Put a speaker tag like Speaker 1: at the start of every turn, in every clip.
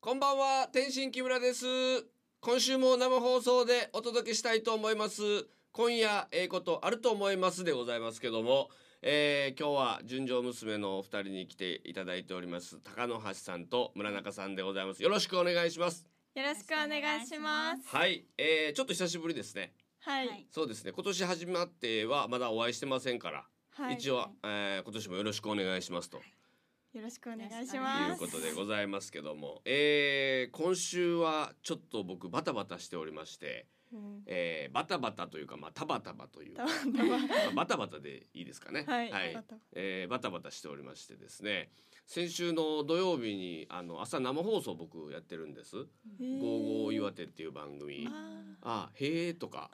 Speaker 1: こんばんは、天心木村です。今週も生放送でお届けしたいと思います。今夜、ええことあると思いますでございますけども、えー、今日は純情娘のお二人に来ていただいております、高野橋さんと村中さんでございます。よろしくお願いします。
Speaker 2: よろしくお願いします。
Speaker 1: はい、えー、ちょっと久しぶりですね。
Speaker 2: はい、
Speaker 1: そうですね、今年始まってはまだお会いしてませんから、
Speaker 2: はい、
Speaker 1: 一応、えー、今年もよろしくお願いしますと。
Speaker 2: よろしくお願いし
Speaker 1: とい
Speaker 2: ま
Speaker 1: う
Speaker 2: す。
Speaker 1: ことでございますけども、えー、今週はちょっと僕バタバタしておりまして、
Speaker 2: うん
Speaker 1: えー、バタバタというかまあタバタバという
Speaker 2: た
Speaker 1: か、ま
Speaker 2: またま。
Speaker 1: あ、バタバタでいいですかね
Speaker 2: はいバタバタ
Speaker 1: えーバタバタしておりましてですね、先週の土曜日にあの朝生放送僕やってるんです。
Speaker 2: えー
Speaker 1: ゴーゴー岩手っていう番組。
Speaker 2: あ
Speaker 1: あへえとか。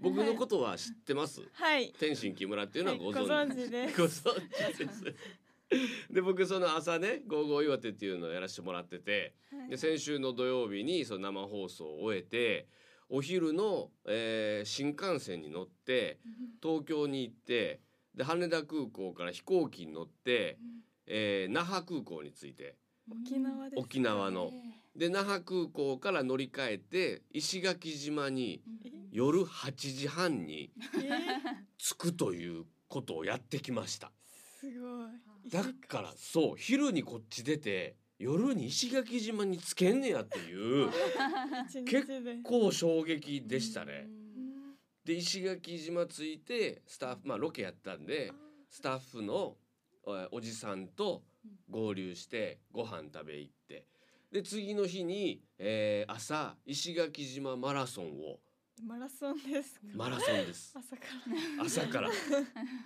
Speaker 1: 僕のことは知って ます。
Speaker 2: ーはい。
Speaker 1: 天心木村っていうのはご
Speaker 2: は
Speaker 1: 存
Speaker 2: いご
Speaker 1: 知
Speaker 2: 存知です
Speaker 1: ご存知です で僕その朝ね「ゴーゴー岩手」っていうのをやらせてもらっててで先週の土曜日にその生放送を終えてお昼の、えー新幹線に乗って東京に行ってで羽田空港から飛行機に乗って、えー那覇空港に着いて
Speaker 2: 沖縄です。
Speaker 1: 沖縄の。で那覇空港から乗り換えて石垣島に夜8時半に
Speaker 2: えー
Speaker 1: 着くということをやってきました。
Speaker 2: すごい。
Speaker 1: だからそう昼にこっち出て夜に石垣島につけんねやっていう
Speaker 2: 一日で。
Speaker 1: こう衝撃でしたね。
Speaker 2: うん
Speaker 1: で石垣島着いてスタッフまあロケやったんでスタッフのえおじさんと合流してご飯食べ行ってで次の日に、えー朝石垣島マラソンを
Speaker 2: マラソンですか。
Speaker 1: マラソンです
Speaker 2: 朝から。
Speaker 1: 朝から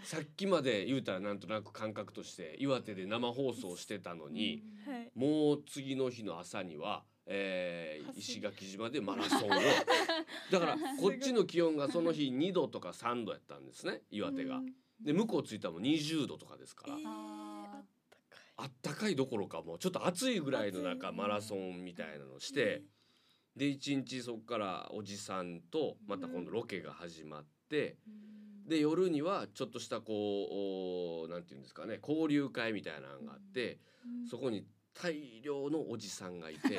Speaker 1: さっきまで言うたらなんとなく感覚として岩手で生放送してたのに。
Speaker 2: はい。
Speaker 1: もう次の日の朝には、えー
Speaker 2: 走る
Speaker 1: 石垣島でマラ ソンをだからこっちの気温がその日2度とか3度やったんですね岩手が
Speaker 2: う。ん
Speaker 1: で向こう着いたのも20度とかですか
Speaker 2: え
Speaker 1: ら、
Speaker 2: ー、あ
Speaker 3: あ
Speaker 1: あ
Speaker 2: ったかい。
Speaker 3: ー
Speaker 1: ったかいどころかもうちょっと暑いぐらいの
Speaker 2: 暑
Speaker 1: 中
Speaker 2: い
Speaker 1: マラソンみたいなのして、で1日そこからおじさんとまた今度ロケが始まって。で夜にはちょっとしたこうおなんていうんですかね交流会みたいなのがあって、
Speaker 2: うん
Speaker 1: そこに大量のおじさんが いて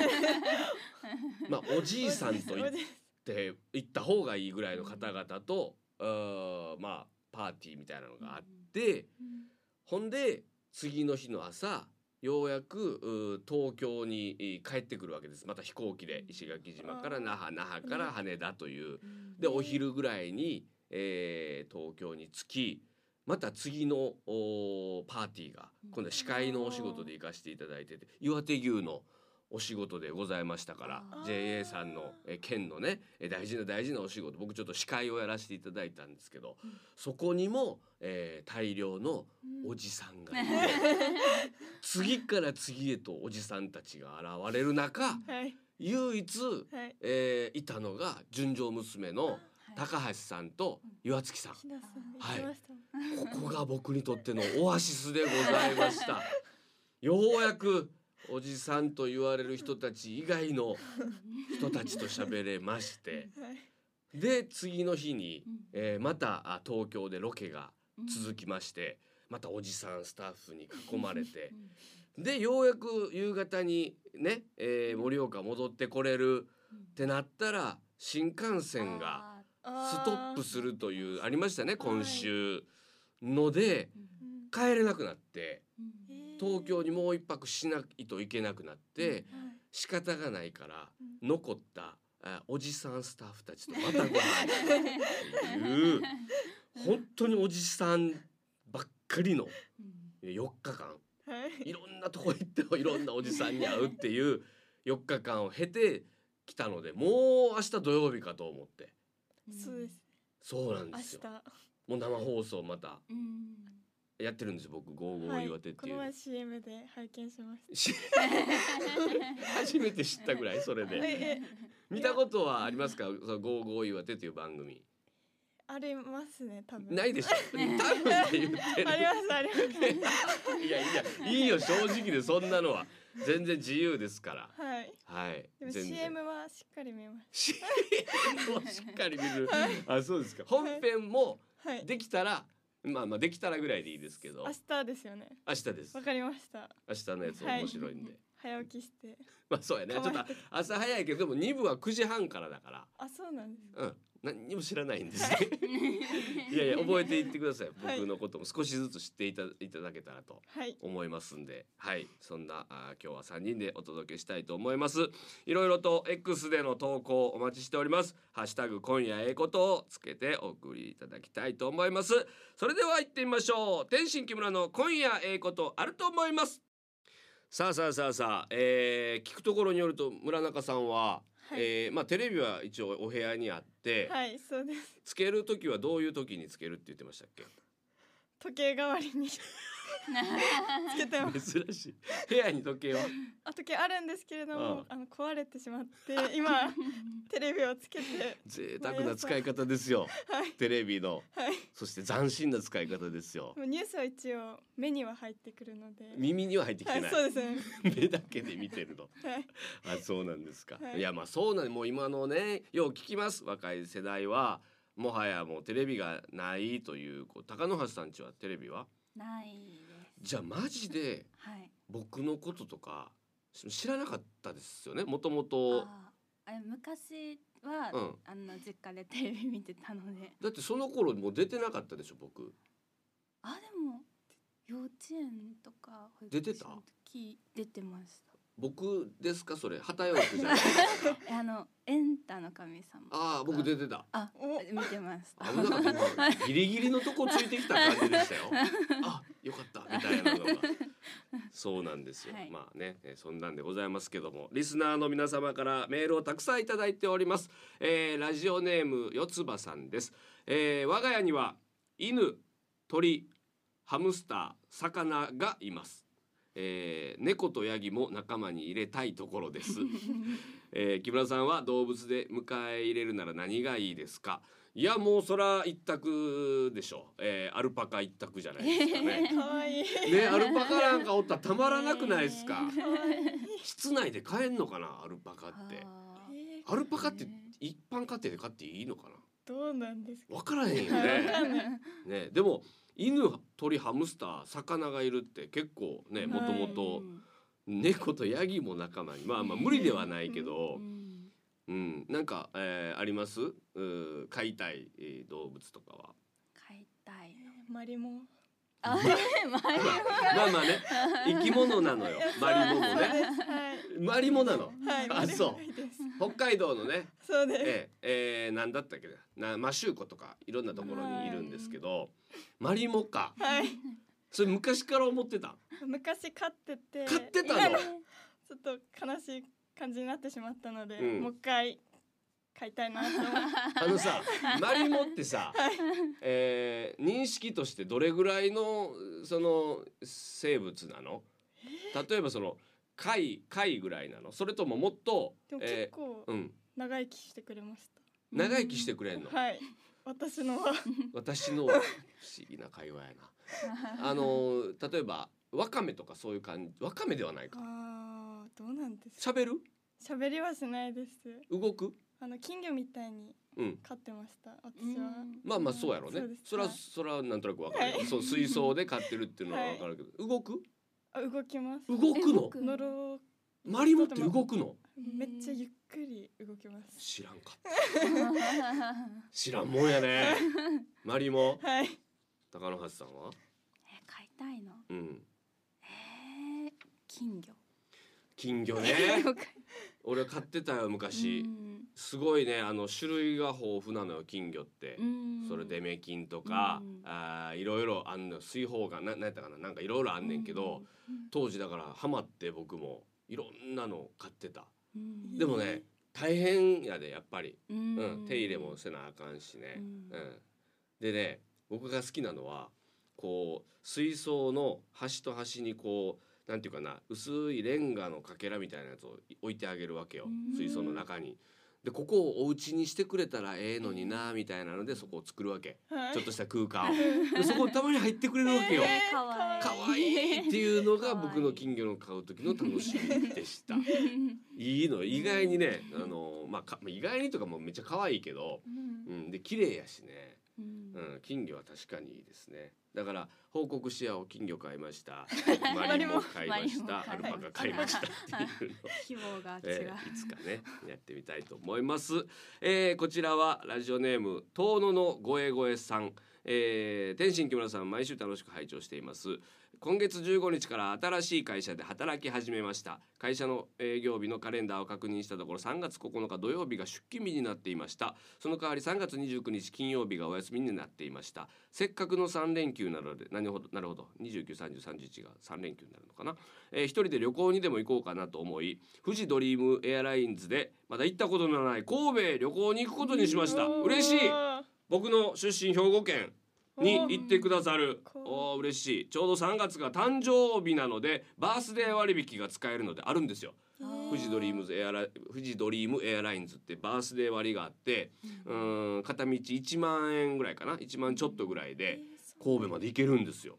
Speaker 1: まあおじいさんと言
Speaker 2: お
Speaker 1: っ
Speaker 2: じ
Speaker 1: て行った方がいいぐらいの方々と、うーまあパーティーみたいなのがあって
Speaker 2: うん
Speaker 1: ほんで次の日の朝ようやくうー東京にえー帰ってくるわけですまた飛行機で石垣島から那覇那覇から羽田というでお昼ぐらいに、えー東京に着きまた次のおーパーティーが今度は司会のお仕事で行かせていただいてて岩手牛のお仕事でございましたから
Speaker 3: あ
Speaker 2: ー
Speaker 1: JA さんのえー県のねえー大事な大事なお仕事僕ちょっと司会をやらせていただいたんですけど、そこにも、えー大量のおじさんがいて、次から次へとおじさんたちが現れる中
Speaker 2: はい。
Speaker 1: 唯一
Speaker 2: はい。
Speaker 1: えーいたのが純情娘の高橋さんと岩月さん、
Speaker 2: ひなさん。
Speaker 1: はい
Speaker 2: 行きましたもん。
Speaker 1: ここが僕にとってのオアシスでございましたようやくおじさんと言われる人たち以外の人たちと喋れまして
Speaker 2: はい。
Speaker 1: で次の日に、えーまたあ東京でロケが続きまして、またおじさんスタッフに囲まれ てでようやく夕方にね、えー盛岡戻ってこれるってなったら新幹線がストップするというありましたね今週ので
Speaker 2: うん。
Speaker 1: 帰れなくなって
Speaker 2: えー
Speaker 1: 東京にもう一泊しないといけなくなって
Speaker 2: はい
Speaker 1: 仕方がないから
Speaker 2: う
Speaker 1: 残ったあおじさんスタッフたちとまたご飯っていう本当におじさんばっかりの4日間
Speaker 2: はい。
Speaker 1: いろんなとこ行ってもいろんなおじさんに会うっていう4日間を経てきたのでもう明日土曜日かと思って
Speaker 2: そうです。
Speaker 1: そうなん
Speaker 2: 明
Speaker 1: です
Speaker 2: 日
Speaker 1: よ。。もう生放送また
Speaker 3: うん。
Speaker 1: やってるんですよ僕「ゴーゴ
Speaker 2: は
Speaker 1: ー
Speaker 2: い
Speaker 1: 岩手」って
Speaker 2: こ
Speaker 1: い
Speaker 2: の
Speaker 1: う、
Speaker 2: 前 CM で拝見しまし
Speaker 1: 初めて知ったぐらいそれ
Speaker 2: た。
Speaker 1: で
Speaker 2: え
Speaker 1: 見たことはありますか「そのゴーゴー岩手」という番組
Speaker 2: ありますね、多分。
Speaker 1: ないでし ょ多分って言ってる
Speaker 2: あります、ありま
Speaker 1: いやいやいいよ正直でそんなのは全然自由ですから
Speaker 2: す。はい。
Speaker 1: はい
Speaker 2: で
Speaker 1: 全
Speaker 2: も
Speaker 1: 然
Speaker 2: CM はしっかり見まし
Speaker 1: CM をしっかり見るあそうですか本編も
Speaker 2: た。はい。
Speaker 1: できたらまあまあできたらぐらいでいいですけど
Speaker 2: 明日ですよね
Speaker 1: 明日です
Speaker 2: わかりました
Speaker 1: 明日のやつ
Speaker 2: はい
Speaker 1: 面白いんで、
Speaker 2: 早起きして
Speaker 1: まあそうやねちょっと
Speaker 2: 構えて
Speaker 1: 朝早いけどでも2部は9時半からだか
Speaker 2: あそうなんです
Speaker 1: らうん何にも知らないんですねいやいや覚えていってください
Speaker 2: はい
Speaker 1: 僕のことも少しずつ知っていたいただけたらと
Speaker 2: はい
Speaker 1: 思いますんではいそんなあー今日は3人でお届けしたいと思いますいろいろと X での投稿お待ちしておりますハッシュタグ今夜ええことをつけてお送りいただきたいと思いますそれでは行ってみましょう天心木村の今夜ええことあると思いますさあさあさあさあ、えー聞くところによると村中さんは、
Speaker 2: はい、
Speaker 1: えーまあテレビは一応お部屋にあって、
Speaker 2: はいそうです
Speaker 1: つけるときはどういうときにつけるって言ってましたっけ
Speaker 2: 時計代わり につけてます
Speaker 1: 珍しい部屋に時計は
Speaker 2: あ時計あるんですけれど
Speaker 1: うん
Speaker 2: もあの壊れてしまって今テレビをつけて
Speaker 1: 贅沢な使い方ですよ
Speaker 2: はい
Speaker 1: テレビの
Speaker 2: はい
Speaker 1: そして斬新な使い方ですよ
Speaker 2: でもニュースは一応目には入ってくるので
Speaker 1: 耳には入ってき
Speaker 2: は
Speaker 1: て
Speaker 2: い
Speaker 1: ない、
Speaker 2: そうですね
Speaker 1: 目だけで見てるの
Speaker 2: はい
Speaker 1: あそうなんですか、
Speaker 2: はい
Speaker 1: い、やまあそうなんもう今のねよう聞きます若い世代はもはやもうテレビがないというこう高野橋さんちはテレビは
Speaker 3: ないです。
Speaker 1: じゃあマジで
Speaker 3: はい。
Speaker 1: 僕のこととかし知らなかったですよねもともと
Speaker 3: あー、あれ昔は、
Speaker 1: うん
Speaker 3: あの実家でテレビ見てたので。
Speaker 1: だってその頃もう出てなかったでしょ僕
Speaker 3: あ、でも幼稚園とか保
Speaker 1: 出て
Speaker 3: 育
Speaker 1: た
Speaker 3: 園の時出てまし
Speaker 1: 僕ですかそれ旗よくじゃ ないですか
Speaker 3: た。えあのエンタの神様。
Speaker 1: ああ僕出てた
Speaker 3: あ、
Speaker 2: お
Speaker 3: 見てました。
Speaker 1: 危なかった今ギリギリのとこついてきた感じでしたよあよかったみたいな のがそうなんですよ、
Speaker 3: はい
Speaker 1: まあねえーそんなんでございますけどもリスナーの皆様からメールをたくさんいただいております、えーラジオネームよつばさんです、えー我が家には犬鳥ハムスター魚がいますえー猫とヤギも仲間に入れたいところです、えー木村さんは動物で迎え入れるなら何がいいですかいやもうそら一択でしょう、えーアルパカ一択じゃないですか ね
Speaker 2: 可愛いい
Speaker 1: ねアルパカなんかおったらたまらなくないですか
Speaker 2: 可愛いい
Speaker 1: 室内で飼えんのかなアルパカって
Speaker 3: あー
Speaker 2: えー
Speaker 1: アルパカって
Speaker 3: ね
Speaker 1: 一般家庭で飼っていいのか
Speaker 2: どうなんです
Speaker 1: な
Speaker 2: か
Speaker 1: わからへんよ
Speaker 2: わ
Speaker 1: ね
Speaker 2: かんない
Speaker 1: ねでも犬鳥ハムスター魚がいるって結構ねもともと
Speaker 3: うん
Speaker 1: 猫とヤギも仲間にまあまあ無理ではないけど
Speaker 3: う、ん
Speaker 1: うん、なんか、えーありますうー飼いたい、えー動物とかは。
Speaker 3: 飼いたいの。
Speaker 2: マリモ
Speaker 3: あ、前
Speaker 1: まあまあまあね生き物なのよマリモも
Speaker 2: そうで
Speaker 1: ね
Speaker 2: すはい
Speaker 1: マリモなの
Speaker 2: はい
Speaker 1: あ
Speaker 2: マリモ
Speaker 1: そう
Speaker 2: がいいです
Speaker 1: 北海道のね
Speaker 2: そうです
Speaker 1: えええー、なんだったっけななマシューコとかいろんなところにいるんですけどマリモか
Speaker 2: はい
Speaker 1: それ昔から思ってた
Speaker 2: 昔飼ってて
Speaker 1: 飼ってたの
Speaker 2: 今ねちょっと悲しい感じになってしまったので、
Speaker 1: うん
Speaker 2: もう一回飼いたいなと思って
Speaker 1: あのさマリモってさ、えー認識としてどれぐらいのその生物なの例えばその貝貝ぐらいなのそれとももっと、
Speaker 2: でも結
Speaker 1: え
Speaker 2: 構
Speaker 1: ーうん、
Speaker 2: 長生きしてくれまし
Speaker 1: 長生きしてくれんの
Speaker 2: た、はい私のは
Speaker 1: 私 の不思議な会話やな。あの例えばワカメとかそういう感じワカメではないか。
Speaker 2: あーどうなんですか
Speaker 1: 喋る
Speaker 2: 喋りはしないです
Speaker 1: 動く
Speaker 2: あの金魚みたいに
Speaker 1: うん。
Speaker 2: 飼ってました
Speaker 3: う
Speaker 2: 私
Speaker 3: ん
Speaker 2: は、
Speaker 1: まあまあそうやろうね
Speaker 2: そうで。す
Speaker 1: そら
Speaker 2: はい
Speaker 1: そらなんとなくわかるよ。
Speaker 2: はい
Speaker 1: そう水槽で飼ってるっていうのはわかるけど、動く
Speaker 2: あ動きます
Speaker 1: 動くの
Speaker 3: 動く
Speaker 2: のろ
Speaker 1: マリモって動くの
Speaker 2: めっちゃゆっくり動きます
Speaker 1: 知らんかった。知らんもんやね。マリモ
Speaker 2: はい
Speaker 1: 高野橋さんは
Speaker 3: え飼いたいの
Speaker 1: うん。
Speaker 3: えー、金魚。
Speaker 1: 金魚ね
Speaker 3: 昔
Speaker 1: 俺飼ってたよ昔。すごいねあの種類が豊富なのよ金魚って。それデメキンとか、
Speaker 3: うん
Speaker 1: あーいろいろあんの水泡がななんやったかななんかいろいろあんねんけど、、当時だからハマって僕もいろんなの買ってた
Speaker 3: うんうん
Speaker 1: でもね大変やでやっぱり、
Speaker 3: う
Speaker 1: うん
Speaker 3: ん
Speaker 1: 手入れもせなあかんしね、
Speaker 3: うん
Speaker 1: うんでね僕が好きなのはこう水槽の端と端にこうなんていうかな薄いレンガのかけらみたいなやつを置いてあげるわけよ
Speaker 3: うん
Speaker 1: 水槽の中に。でここをお家にしてくれたらええのになみたいなのでそこを作るわけ。
Speaker 2: はい
Speaker 1: ちょっとした空間を。でそこたまに入ってくれるわけよ。
Speaker 3: えーかわいい
Speaker 1: 可愛いっていうのが
Speaker 3: 可愛い
Speaker 1: 僕の金魚の買う時の楽しみで した。いいの意外にね、あのまあかまあ意外にとかもめっちゃ可愛いけど、
Speaker 3: うん
Speaker 1: うんで綺麗やしね。
Speaker 3: うん
Speaker 1: うん、金魚は確かにいいですね。だから報告し合おう金魚買いま した。マ
Speaker 2: マ
Speaker 1: リ
Speaker 2: リ
Speaker 1: モ
Speaker 2: モ
Speaker 1: 買いました。ア
Speaker 3: マ
Speaker 1: ル
Speaker 3: リモ
Speaker 1: パ
Speaker 3: 買いました
Speaker 1: カ買いましたっていうのを。
Speaker 2: 希望が違う。
Speaker 1: えーいつかねやってみたいと思います、えーこちらはラジオネーム遠野の声声さん、えー天心木村さん毎週楽しく拝聴しています今月15日から新しい会社で働き始めました会社の営業日のカレンダーを確認したところ3月9日土曜日が出勤日になっていましたその代わり3月29日金曜日がお休みになっていましたせっかくの3連休なのでなるほどなるほど293031が3連休になるのかな、えー一人で旅行にでも行こうかなと思い富士ドリームエアラインズでまだ行ったことのない神戸へ旅行に行くことにしました嬉しい僕の出身兵庫県に行ってくださる
Speaker 2: うん
Speaker 1: おー嬉しいちょうど3月が誕生日なのでバースデー割引が使えるのであるんですよ富士ドリームズエアラ富士ドリームエアラインズってバースデー割があってうーん片道1万円ぐらいかな1万ちょっとぐらいで神戸まで行けるんですよ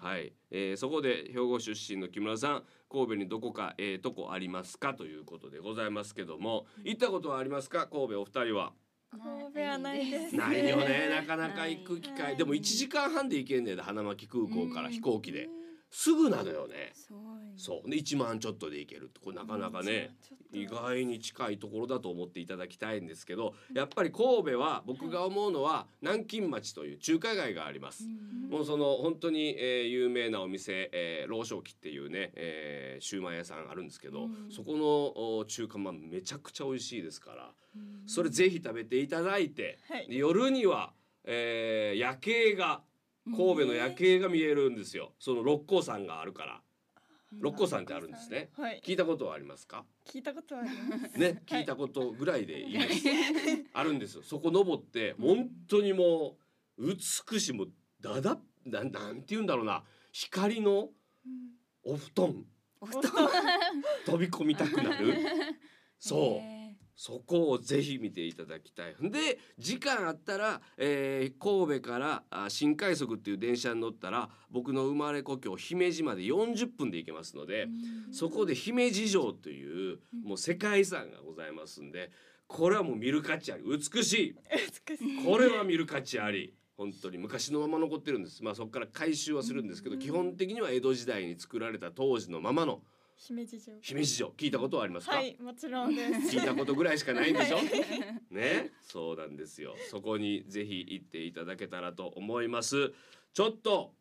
Speaker 1: はい、えーそこで兵庫出身の木村さん神戸にどこかええとこありますかということでございますけども行ったことはありますか神戸お二人は
Speaker 2: 神戸はないですね
Speaker 1: ないよ ねな
Speaker 3: な
Speaker 1: かなか行く機会でも
Speaker 3: はい
Speaker 1: 1時間半で行けんねんで花巻空港から
Speaker 3: うん
Speaker 1: 飛行機ですぐなのよね
Speaker 3: すごい
Speaker 1: そうで1万ちょっとで行けるってこれなかなかね意外に近いところだと思っていただきたいんですけどやっぱり神戸は僕が思うのは南京町という中華街があります
Speaker 3: う。ん
Speaker 1: もうその本当に、えー有名なお店、えー、老少記っていうね、えー、シューマイ屋さんあるんですけど、
Speaker 3: うん
Speaker 1: そこのお中華まんめちゃくちゃ美味しいですからそれぜひ食べていただいて、
Speaker 2: はい
Speaker 1: で夜には、えー夜景が神戸の夜景が見えるんですよその六甲山があるから六甲山ってあるんですね
Speaker 2: はい
Speaker 1: 聞いたことはありますか
Speaker 2: 聞いたことはあります。
Speaker 1: ね聞いたことぐらいでいいです、あるんですよそこ登って本当にもう美しいもうだだななんて言うんだろうな光のお布団
Speaker 3: お布団
Speaker 1: 飛び込みたくな るそう
Speaker 3: へー
Speaker 1: そこをぜひ見ていただきたいで時間あったら、えー神戸からあ新快速っていう電車に乗ったら僕の生まれ故郷姫路まで40分で行けますので、
Speaker 3: うん
Speaker 1: そこで姫路城という
Speaker 3: うん
Speaker 1: もう世界遺産がございますんでこれはもう見る価値あり美しい
Speaker 2: 美しい。
Speaker 1: これは見る価値あり本当に昔のまま残ってるんですまあそこから改修はするんですけど基本的には江戸時代に作られた当時のままの
Speaker 2: 姫路城。
Speaker 1: 姫路城聞いたことはありますか、
Speaker 2: はい、もちろんです。
Speaker 1: 聞いたことぐらいしかないんでしょね、そうなんですよそこにぜひ行っていただけたらと思いますちょっと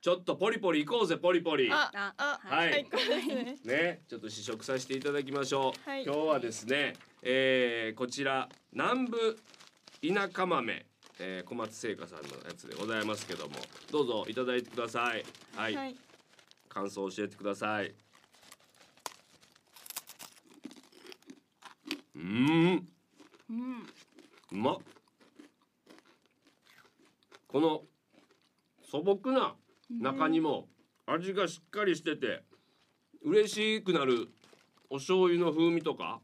Speaker 1: ちょっとポリポリ行こうぜポリポリ
Speaker 2: あ、あ、
Speaker 1: はい
Speaker 2: はい、これですね。
Speaker 1: ね、ちょっと試食させていただきましょう。
Speaker 2: はい
Speaker 1: 今日はですね、えーこちら南部田舎豆、えー小松製菓さんのやつでございますけども、どうぞいただいてください。はい、
Speaker 2: はい。
Speaker 1: 感想を教えてください。うーん、
Speaker 3: うん
Speaker 1: うまっ。この素朴な中にも味がしっかりしてて嬉しくなるお醤油の風味とか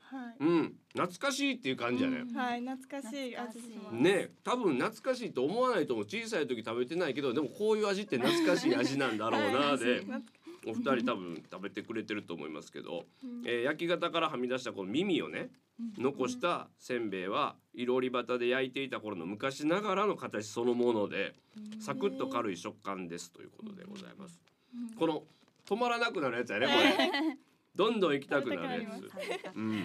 Speaker 2: は
Speaker 1: うん懐かしいっていう感じやね
Speaker 3: う
Speaker 2: い。はい、懐かしい味ですもん。
Speaker 1: ねえ多分懐かしいと思わないと思う小さい時食べてないけどでもこういう味って懐かしい味なんだろうなで
Speaker 2: 懐か
Speaker 1: お二人多分食べてくれてると思いますけど、
Speaker 2: うん
Speaker 1: えー焼き型からはみ出したこの耳をね残したせんべいはいろり端で焼いていた頃の昔ながらの形そのものでサクッと軽い食感ですということでございます。この止まらなくなるやつやねこれ。どんどん行きたくなるや
Speaker 2: 食べたくなり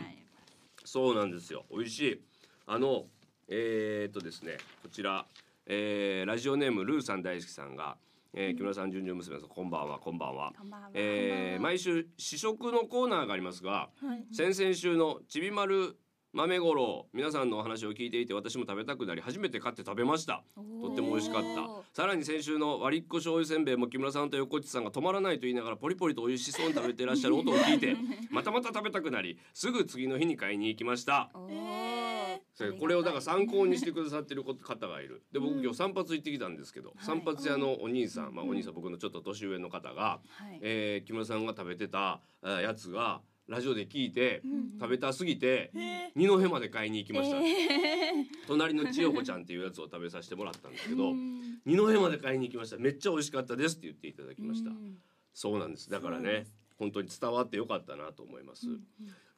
Speaker 1: つ。そうなんですよ。美味しい。あの、えー、っとですね、こちら、えーラジオネームルーさん大好きさんが、えー木村さん、純々娘さん、こんばんは、こんばんは。
Speaker 3: こんばんは
Speaker 1: えー毎週試食のコーナーがありますが、
Speaker 2: はい。
Speaker 1: 先々週のちびまる豆五郎、皆さんのお話を聞いていて、私も食べたくなり、初めて買って食べました。とっても美味しかったさらに先週の割りっこ醤油せんべいも木村さんと横地さんが止まらないと言いながらポリポリと美味しそうに食べてらっしゃる音を聞い てまたまた食べたくなりすぐ次の日に買いに行きました
Speaker 3: た
Speaker 2: え
Speaker 1: それこれをだから参考にしててくださってること方がいるで僕
Speaker 2: うん
Speaker 1: 今日散髪行ってきたんですけど
Speaker 3: い
Speaker 1: 散髪屋のお兄さんまあお兄さん僕のちょっと年上の方がえー木村さんが食べてたえーやつがラジオで聞いて
Speaker 2: うん
Speaker 1: 食べたすぎて
Speaker 2: へ
Speaker 1: 二戸まで買いに行き
Speaker 3: き
Speaker 1: ました隣の千代子ちゃんっていうやつを食べさせてもらったんですけど二戸まで買いに行きましためっちゃ美味しかったですって言っていただきましたそうなんですだから
Speaker 2: そうなん
Speaker 1: ね
Speaker 2: です
Speaker 1: 本当に伝わってよかったなと思います、
Speaker 3: うん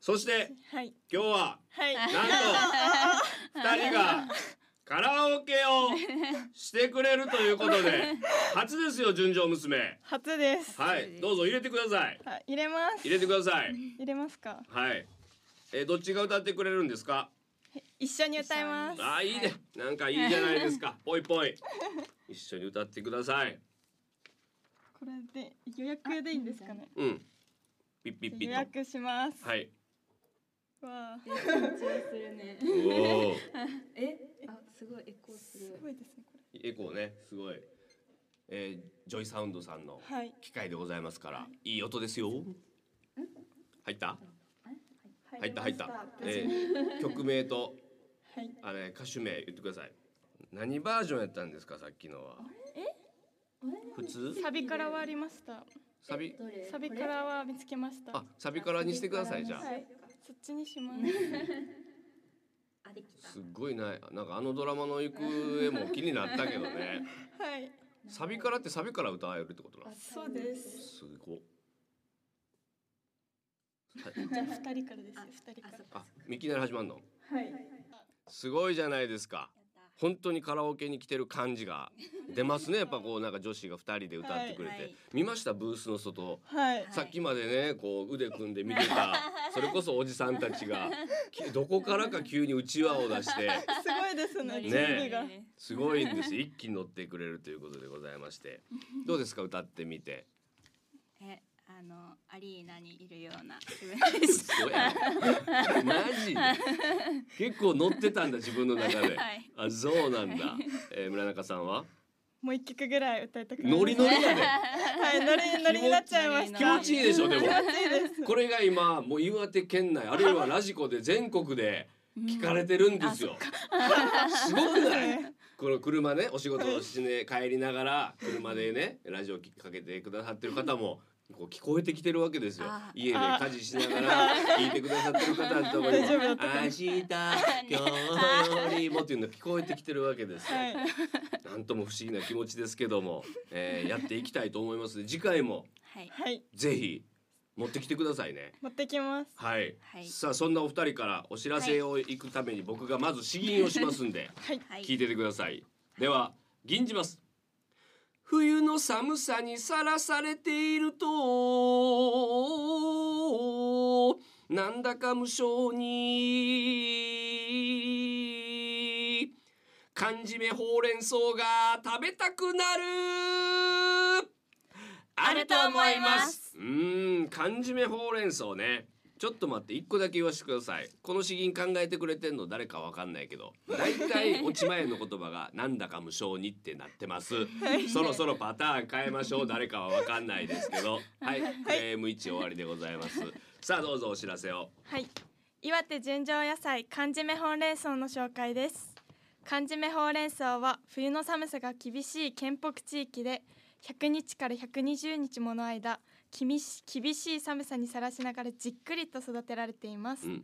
Speaker 1: そして
Speaker 2: ーはい。
Speaker 1: 今日は
Speaker 2: はい。
Speaker 1: なんと二人がカラオケをしてくれるということ で初ですよ純情娘
Speaker 2: 初です。
Speaker 1: はいどうぞ入れてください
Speaker 2: あ、入れます。
Speaker 1: 入れてください
Speaker 2: 入れますか。
Speaker 1: はいえーどっちが歌ってくれるんですか
Speaker 2: 一緒に歌います。
Speaker 1: あーいいねなんかいいじゃないですかぽいぽい一緒に歌ってください
Speaker 2: これで予約でいいんですかね。
Speaker 1: うんピッピッピ
Speaker 2: 予
Speaker 1: ッと
Speaker 2: 約します。
Speaker 1: はい
Speaker 2: わあ、
Speaker 4: 緊張するね。
Speaker 1: おお
Speaker 4: え、あ、すごいエコーす
Speaker 2: す
Speaker 4: る。
Speaker 2: ごいですね。これ
Speaker 1: エコーねすごい、えー、ジョイサウンドさんの
Speaker 2: はい。
Speaker 1: 機械でございますからいい音ですよ入った入った入った
Speaker 2: りました
Speaker 1: えー、曲名と
Speaker 2: はい。
Speaker 1: あれ歌手名言ってください何バージョンやったんですかさっきのは普通
Speaker 2: サビからはありました。
Speaker 1: サビ
Speaker 4: どれ
Speaker 2: サビからは見つけました。
Speaker 1: あ
Speaker 2: は
Speaker 1: サビからにしてくださいじゃあ
Speaker 2: い。そっちにします。
Speaker 4: あ、できた
Speaker 1: す。っごいななんかあのドラマの行方も気になったけど ね
Speaker 2: はい。
Speaker 1: サビからってサビから歌えるってことなの
Speaker 2: そうです。
Speaker 1: すごっ
Speaker 2: じゃあ二人からですよ。二人か
Speaker 4: あ、そっ
Speaker 1: あ
Speaker 4: か。
Speaker 1: いきなり始まるの
Speaker 2: ら。はい。
Speaker 1: すごいじゃないですか本当にカラオケに来てる感じが出ますねやっぱこうなんか女子が2人で歌ってくれて、
Speaker 4: はいはい
Speaker 1: 見ましたブースの外
Speaker 2: はい。
Speaker 1: さっきまでねこう腕組んで見てたそれこそおじさんたち がきどこからか急にうちわを出して
Speaker 2: すごいですね。
Speaker 1: ね
Speaker 2: 準備が。
Speaker 1: すごいんです一気に乗ってくれるということでございましてどうですか歌ってみて。
Speaker 3: えあのアリーナにいるような気分
Speaker 1: 嘘
Speaker 3: でし
Speaker 1: やろマジで結構乗ってたんだ自分の中で、
Speaker 3: はい
Speaker 1: あそうなんだ、えー、村中さんは
Speaker 2: もう一曲ぐらい歌いたくなります
Speaker 1: ノリノリやね
Speaker 2: はい、 ノリノリになっちゃいました。
Speaker 1: 気持ちいいでしょでも
Speaker 2: 気持ちいいです。
Speaker 1: これが今もう岩手県内あるいはラジコで全国で聞かれてるんですよ、すごくないこの車ねお仕事をしね帰りながら車でねラジオきかけてくださってる方もこう聞こえてきてるわけですよ
Speaker 3: あ
Speaker 1: 家で家事しながら聞いてくださってる方のところにも
Speaker 2: 大丈夫だっ
Speaker 1: 「
Speaker 2: たかな
Speaker 1: 明日今日よりも」っていうの聞こえてきてるわけですよ、
Speaker 2: はい、
Speaker 1: なんとも不思議な気持ちですけども、えーやっていきたいと思いますので次回も
Speaker 3: はい
Speaker 2: はい、
Speaker 1: ぜひ持ってきてくださいね
Speaker 2: 持ってきます。
Speaker 1: はい、
Speaker 3: はい
Speaker 1: さあそんなお二人からお知らせを行くために僕がまず詩吟をしますんで、
Speaker 2: はい、
Speaker 3: はい
Speaker 1: 聞いててくださいでは吟じます冬の寒さにさらされているとなんだか無性に缶詰ほうれん草が食べたくなるあ
Speaker 3: ると思います
Speaker 1: うーん缶詰ほうれん草ねちょっと待って一個だけ言わせてくださいこの詩吟考えてくれてんの誰かわかんないけど大体落ち前の言葉がなんだか無性にってなってますそろそろパターン変えましょう誰かはわかんないですけどはい、えー、無一終わりでございますさあどうぞお知らせを
Speaker 2: はい、岩手純情野菜缶詰ほうれん草の紹介です。缶詰ほうれん草は冬の寒さが厳しい県北地域で100日から120日もの間厳し厳しい寒さにさらしながらじっくりと育てられています、
Speaker 1: うん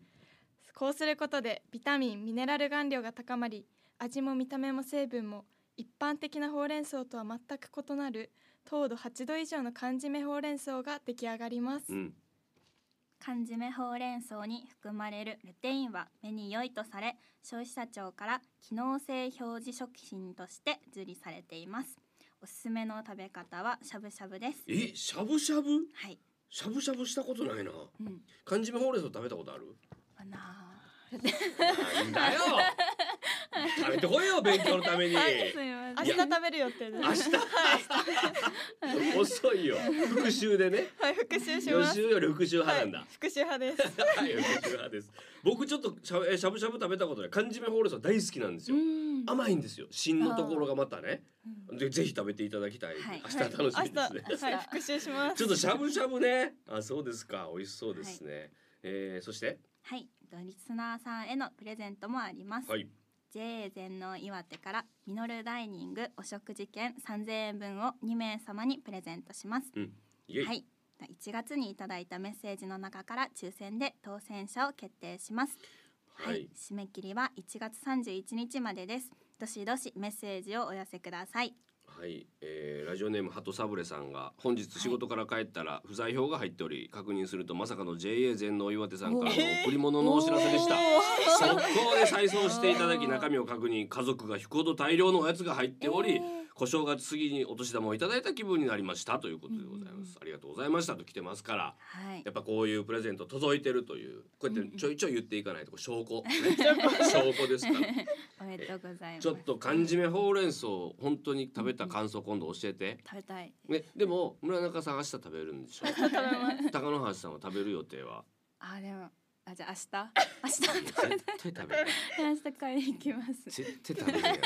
Speaker 2: こうすることでビタミンミネラル含量が高まり味も見た目も成分も一般的なほうれん草とは全く異なる糖度8度以上の缶詰ほうれん草が出来上がります、
Speaker 1: うん
Speaker 3: 缶詰ほうれん草に含まれるルテインは目に良いとされ消費者庁から機能性表示食品として受理されていますおすすめの食べ方はしゃぶしゃぶです
Speaker 1: えしゃぶしゃぶ
Speaker 3: はい、
Speaker 1: しゃぶしゃぶしたことないな
Speaker 3: うん、
Speaker 1: 缶詰ほうれん草食べたことある
Speaker 3: あな
Speaker 1: なんだよ 食べてこいよ勉強のために
Speaker 3: ーすいま
Speaker 2: 明
Speaker 3: せ
Speaker 2: 日
Speaker 3: ん
Speaker 2: 食べる予定です
Speaker 1: 明日遅いよ復習でね
Speaker 2: はい、復習し
Speaker 1: 予
Speaker 2: ます。
Speaker 1: 習より復習
Speaker 2: は
Speaker 1: 派なん
Speaker 2: い
Speaker 1: だ、、
Speaker 2: 復習派です。
Speaker 1: はい、僕はです。僕ちょっとしゃえしゃぶしゃぶ食べたことない缶詰ほうれん草大好きなんですよ。
Speaker 3: うん
Speaker 1: 甘いんですよ。芯のところがまたね。
Speaker 3: う
Speaker 1: でぜひ食べていただきたい。
Speaker 3: はい
Speaker 1: 明日楽しみですね。
Speaker 2: 明日、はい、復習します。
Speaker 1: ちょっとしゃぶしゃぶね。あ、そうですか。美味しそうですね。えーそして、
Speaker 3: はいリスナーさんへのプレゼントもあります、
Speaker 1: はい、
Speaker 3: JA 全農岩手からミノルダイニングお食事券3000円分を2名様にプレゼントします
Speaker 1: イエイ、
Speaker 3: はい1月にいただいたメッセージの中から抽選で当選者を決定しますはい、
Speaker 1: はい
Speaker 3: 締め切りは1月31日までですどしどしメッセージをお寄せください
Speaker 1: はい、えーラジオネーム鳩サブレさんが本日仕事から帰ったら不在票が入っており確認するとまさかの JA 全農岩手さんからの贈り物のお知らせでした速攻で再送していただき中身を確認家族が引くほど大量のおやつが入っており、小正月過ぎにお年玉をいただいた気分になりましたということでございます、ありがとうございましたと来てますから
Speaker 3: はい
Speaker 1: やっぱこういうプレゼント届いてるというこうやってちょいちょい言っていかないとこれ 証拠、ね証拠ですから
Speaker 3: おめでとうございます
Speaker 1: ちょっと缶詰ほうれん草を本当に食べた感想今度教えて、
Speaker 3: 食べたい
Speaker 1: ね、でも村中さん明日食べるん でしょ高野橋さんは食べる予定は
Speaker 3: あでもあじゃあ明日
Speaker 1: いや
Speaker 3: 明
Speaker 1: 絶対食べない
Speaker 3: 日明日買いに行きます
Speaker 1: 絶対食べない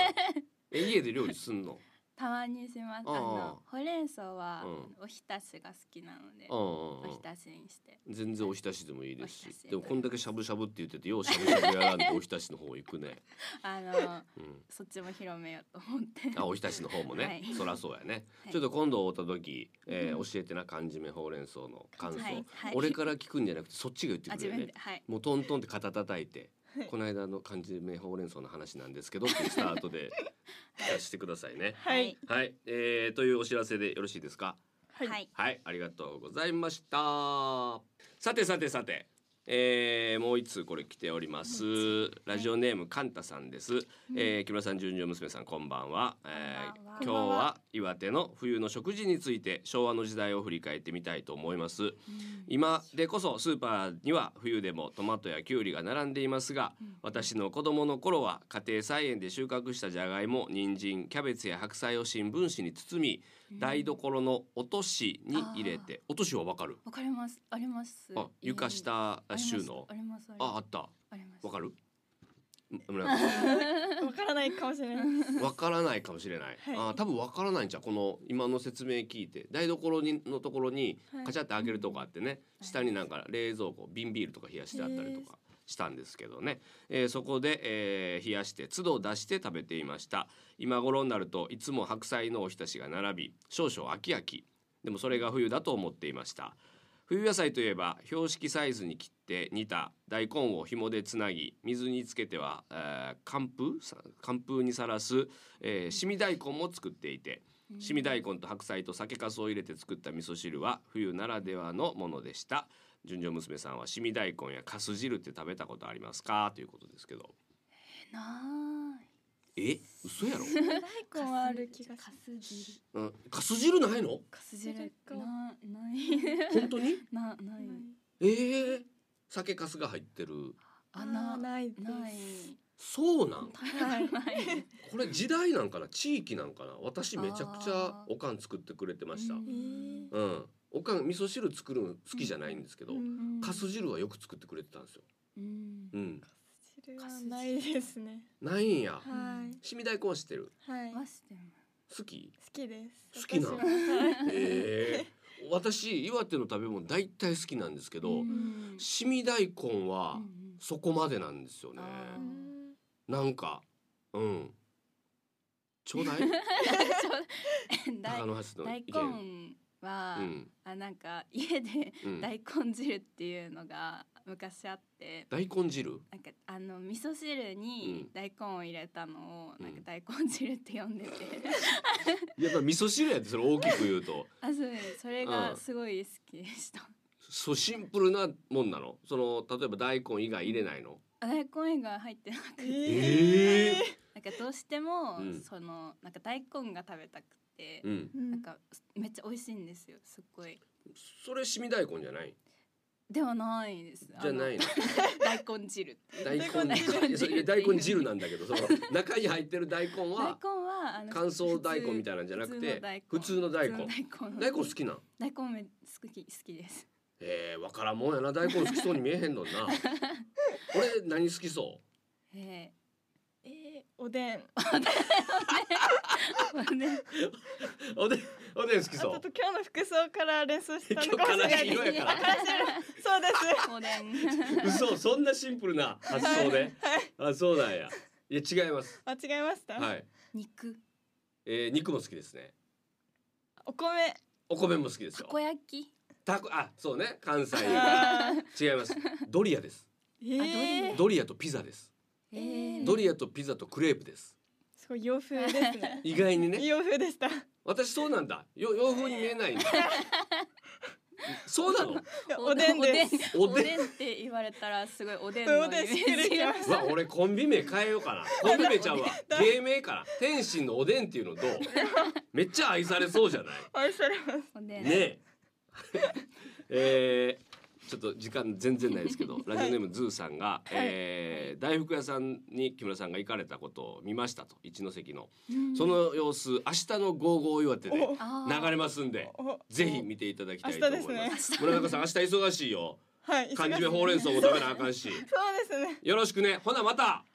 Speaker 1: え家で料理すん の
Speaker 3: たまにしますあ
Speaker 1: ああ
Speaker 3: のほうれん草は
Speaker 1: う
Speaker 3: おひたしが好きなので
Speaker 1: うん
Speaker 3: おひたしにして
Speaker 1: 全然おひたしでもいいです
Speaker 3: おひ
Speaker 1: した
Speaker 3: し
Speaker 1: でもこんだけしゃぶしゃぶって言っててようしゃぶしゃぶやらんとおひたしの方行くね、
Speaker 3: あの
Speaker 1: うん、
Speaker 3: そっちも広めようと思って
Speaker 1: あおひたしの方もね、
Speaker 3: はい
Speaker 1: そらそうやね、
Speaker 3: はい
Speaker 1: ちょっと今度会った時、えー
Speaker 3: うん
Speaker 1: 教えてな缶詰ほうれん草の感想、
Speaker 3: はいはい
Speaker 1: 俺から聞くんじゃなくてそっちが言ってく
Speaker 3: あ自
Speaker 1: れるね
Speaker 3: 分ではい
Speaker 1: もうトントンって肩叩いて、この間の漢字名ほうれん草の話なんですけどっていうスタート で聞かせてくださいね。
Speaker 2: はい
Speaker 1: はい、えーというお知らせでよろしいですか。
Speaker 3: はい、
Speaker 2: はい
Speaker 1: はい、ありがとうございました。さてさてさて、えーもう一通これ来ております。ラジオネームカンタさんです。えー木村さん、純情娘さん、こんばんは。えー
Speaker 3: こん
Speaker 1: 今
Speaker 3: ばんは
Speaker 1: 日は岩手の冬の食事について昭和の時代を振り返ってみたいと思います。今でこそスーパーには冬でもトマトやキュウリが並んでいますが、私の子供の頃は家庭菜園で収穫したじゃがいも人参キャベツや白菜を新聞紙に包み、台所の落としに入れて落としはわかる
Speaker 3: わかりますあります
Speaker 1: あ床下収納
Speaker 3: あります
Speaker 1: ああ
Speaker 3: あ
Speaker 1: った
Speaker 3: あります
Speaker 1: わか
Speaker 3: る
Speaker 1: るん村中さん
Speaker 2: わからないかもしれ ない。
Speaker 1: わからないかもしれ ない、
Speaker 2: はい
Speaker 1: あ多分わからないんじゃうこの今の説明聞いて台所にのところに
Speaker 2: はい
Speaker 1: カチャって開けるとこあってね、
Speaker 3: はい
Speaker 1: 下になんか冷蔵庫瓶ビールとか冷やしてあったりとかしたんですけどね、えーそこで、えー冷やして都度出して食べていました今頃になるといつも白菜のおひたしが並び少々飽き飽きでもそれが冬だと思っていました冬野菜といえば標識サイズに切って煮た大根を紐でつなぎ水につけては、えー寒風さ寒風にさらす、えー、しみ大根も作っていてしみ大根と白菜と酒粕を入れて作った味噌汁は冬ならではのものでした純情娘さんはしみ大根や粕汁って食べたことありますかということですけど
Speaker 3: な
Speaker 1: え嘘やろ、
Speaker 2: 大根はある気がす
Speaker 4: か
Speaker 2: る。
Speaker 4: す汁
Speaker 1: うん、粕汁ないの
Speaker 3: ーかす汁
Speaker 2: か
Speaker 3: なない
Speaker 1: 本当に
Speaker 3: なない
Speaker 1: えー、酒粕が入ってる
Speaker 2: あ
Speaker 3: あなない
Speaker 2: ないです。
Speaker 1: そうなん
Speaker 2: はい。
Speaker 3: ない
Speaker 1: これ時代なんかな地域なんかな私めちゃくちゃ
Speaker 3: あー
Speaker 1: おかん作ってくれてました
Speaker 3: う
Speaker 1: うん、
Speaker 3: ん
Speaker 1: おかん味噌汁作るの好きじゃないんですけど、
Speaker 2: うん
Speaker 1: かす汁はよく作ってくれてたんですよ
Speaker 3: うん
Speaker 1: うん
Speaker 2: 汁はないですね。
Speaker 1: ないんや
Speaker 2: はい。
Speaker 1: しみ大根は知ってる
Speaker 2: はい。
Speaker 3: わ
Speaker 2: 好
Speaker 3: しても
Speaker 1: 好き
Speaker 2: きです。
Speaker 1: 好きなの
Speaker 2: 私ははい
Speaker 1: ええ私岩手の食べ物大体好きなんですけど、
Speaker 3: うん
Speaker 1: しみ大根は
Speaker 3: うん
Speaker 1: そこまでなんですよね、
Speaker 3: あ
Speaker 2: うん
Speaker 1: なんかうんちょう だい
Speaker 3: うん大
Speaker 1: 高野橋の
Speaker 3: 大
Speaker 1: 意見
Speaker 3: 根は、
Speaker 1: うん
Speaker 3: あなんか家で
Speaker 1: うん、
Speaker 3: 大根汁っていうのが昔あって、
Speaker 1: 大根汁
Speaker 3: なんかあの味噌汁に大根を入れたのを、
Speaker 1: うん
Speaker 3: なんか大根汁って呼ん でて、
Speaker 1: やっぱ味噌汁やってそれ大きく言うと
Speaker 3: あそうですそれがすごい好きでした。
Speaker 1: そうシンプルなもんなのその例えば大根以外入れないの
Speaker 3: あ大根以外入ってなくて、
Speaker 1: ええ
Speaker 3: なんかどうしても、
Speaker 1: うん
Speaker 3: そのなんか大根が食べたくて、
Speaker 1: うん
Speaker 2: うん
Speaker 3: なんかめっちゃ美味しいんですよすっごい。
Speaker 1: それしみ大根じゃない
Speaker 3: ではないです。
Speaker 1: じゃ ないの
Speaker 3: あの大根汁っていう。
Speaker 1: 大根
Speaker 3: 大
Speaker 1: い
Speaker 3: 根
Speaker 1: やそれ
Speaker 3: 汁。
Speaker 1: 大根汁なんだけどその中に入ってる大根
Speaker 3: 大根
Speaker 1: は
Speaker 3: はあの
Speaker 1: 乾燥大根みたいなんじゃなくて普
Speaker 3: 普
Speaker 1: 通
Speaker 3: 通
Speaker 1: の
Speaker 3: の
Speaker 1: 大
Speaker 3: 大
Speaker 1: 根
Speaker 3: 根
Speaker 1: 大根好きなん
Speaker 3: 大根め好き好きです
Speaker 1: えー、わからんもんやな大根好きそうに見えへんのにな俺何好きそ
Speaker 3: え
Speaker 2: えーおでん。あ
Speaker 3: ーね
Speaker 1: うおでんおでん好き
Speaker 2: ち
Speaker 1: そ
Speaker 2: ょっ
Speaker 1: う
Speaker 2: と今日の服装から連想した
Speaker 1: 今日
Speaker 2: のかも
Speaker 1: か
Speaker 2: しれ
Speaker 1: ら
Speaker 2: ない
Speaker 1: し色
Speaker 2: です。
Speaker 1: やから
Speaker 2: そうです。
Speaker 3: おでん
Speaker 1: 嘘そんなシンプルな発想であそうなんやいや違います
Speaker 2: 間違えました。
Speaker 1: はい、
Speaker 3: 肉
Speaker 1: えー、肉も好きですね
Speaker 2: お米。
Speaker 1: お米も好きです
Speaker 3: た
Speaker 1: よ
Speaker 3: こ焼き
Speaker 1: たこあそうね関西
Speaker 2: あー
Speaker 1: 違いますドリアです
Speaker 2: えー
Speaker 1: ドリアとピザです
Speaker 3: えー
Speaker 1: ドリアとピザとクレープです
Speaker 2: すごい洋風ですね
Speaker 1: 意外にね
Speaker 2: 洋風でした
Speaker 1: 私そうなんだよ洋風に見えないんだそうなの
Speaker 2: おでんです
Speaker 1: お
Speaker 3: お
Speaker 1: でん
Speaker 3: でんって言われたらすごいおでんの
Speaker 2: お
Speaker 3: イ
Speaker 2: で
Speaker 3: メ
Speaker 2: ん失礼
Speaker 3: ージ
Speaker 2: し
Speaker 3: が
Speaker 2: まし
Speaker 1: うわ俺コンビ名変えよう かなコンビ名ちゃうわ
Speaker 2: だ
Speaker 1: 芸名かな天心のおでんっていうのどうめっちゃ愛されそうじゃない
Speaker 2: た愛されます
Speaker 3: おでん、
Speaker 1: ね ええーちょっと時間全然ないですけど、ラジオネームズーさんが、えー大福屋さんに木村さんが行かれたことを見ましたと一関の、
Speaker 3: うん
Speaker 1: その様子明日の午後岩手で流
Speaker 3: あー
Speaker 1: れますんで
Speaker 2: おお
Speaker 1: ぜひ見ていただきたいと思い
Speaker 2: 明日
Speaker 1: ま
Speaker 2: です
Speaker 1: 村中さん明日忙しいよ
Speaker 2: はい
Speaker 1: 漢字目ほうれん草
Speaker 2: そう
Speaker 1: も食べなあかんし
Speaker 2: ですね
Speaker 1: よろしくねほなまた